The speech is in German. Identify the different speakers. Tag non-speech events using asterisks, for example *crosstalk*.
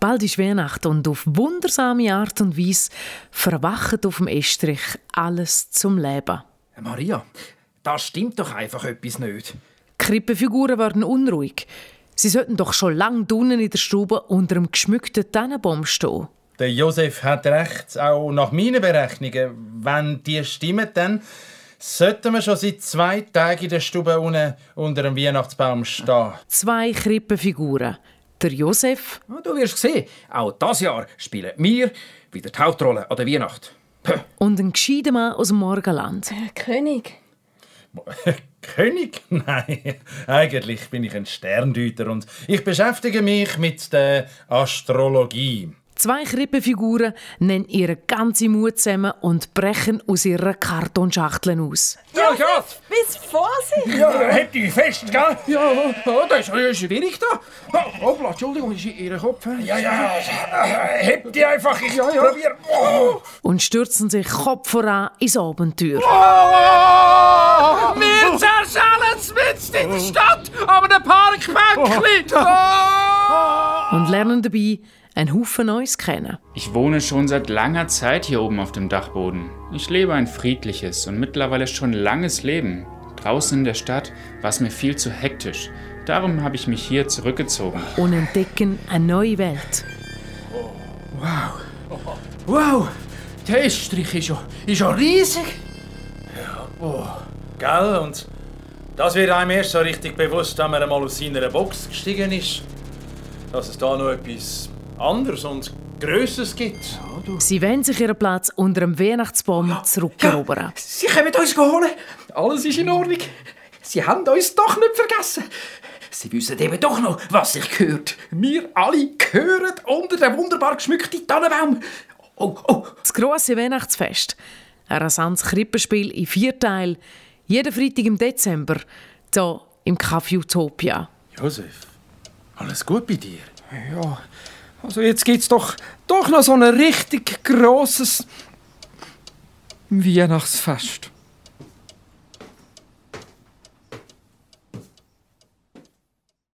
Speaker 1: Bald ist Weihnachten und auf wundersame Art und Weise verwacht auf dem Estrich alles zum Leben.
Speaker 2: Maria, da stimmt doch einfach etwas nicht.
Speaker 1: Die Krippenfiguren werden unruhig. Sie sollten doch schon lange unten in der Stube unter einem geschmückten Tannenbaum stehen.
Speaker 3: Der Josef hat recht, auch nach meinen Berechnungen. Wenn die stimmen, dann sollten wir schon seit zwei Tagen in der Stube unten unter dem Weihnachtsbaum stehen.
Speaker 1: Zwei Krippenfiguren. Der Josef
Speaker 2: Ja, Ah, Du wirst sehen, auch das Jahr spielen wir wieder die Hauptrolle an der Weihnacht. Puh.
Speaker 1: und ein gescheiter Mann aus dem Morgenland.
Speaker 4: Herr König.
Speaker 3: *laughs* König? Nein, eigentlich bin ich ein Sterndeuter und ich beschäftige mich mit der Astrologie.
Speaker 1: Zwei Krippenfiguren nehmen ihren ganzen Mut zusammen und brechen aus ihren Kartonschachteln aus.
Speaker 2: Ja, ja,
Speaker 4: Bis Vorsicht!
Speaker 2: ja, hätte ich fest, gell? Ja, oh, ja, das ist schwierig da. Oh, hoppla, Entschuldigung, ist Ihr Kopf? Ja, ja, hebt Eh, die einfach, ich ja, ja. probiere. Oh.
Speaker 1: und stürzen sich Kopf voran ins Abenteuer.
Speaker 2: Wir zerschellen mitten in der Stadt an einem Parkbänkchen. Oh.
Speaker 1: und lernen dabei einen Haufen Neues kennen.
Speaker 5: Ich wohne schon seit langer Zeit hier oben auf dem Dachboden. Ich lebe ein friedliches und mittlerweile schon langes Leben. Draußen in der Stadt war es mir viel zu hektisch. Darum habe ich mich hier zurückgezogen.
Speaker 1: und entdecken eine neue Welt.
Speaker 2: Wow, der Estrich ist ja, ist ja riesig.
Speaker 3: Gell? Und das wird einem erst so richtig bewusst, wenn man einmal aus seiner Box gestiegen ist, dass es da noch etwas anderes und Größeres gibt.
Speaker 1: Sie wollen sich ihren Platz unter dem Weihnachtsbaum zurückerobern.
Speaker 2: Sie kommen uns holen. Alles ist in Ordnung. Sie haben uns doch nicht vergessen. Sie wissen eben doch noch, was sich gehört. Wir alle gehören unter den wunderbar geschmückten Tannenbaum. Oh, oh,
Speaker 1: Das grosse Weihnachtsfest. Ein rasantes Krippenspiel in vier Teilen. Jeden Freitag im Dezember. Hier im Café Utopia.
Speaker 3: Josef, alles gut bei dir?
Speaker 6: Ja, also jetzt gibt's doch, doch noch so ein richtig grosses Weihnachtsfest.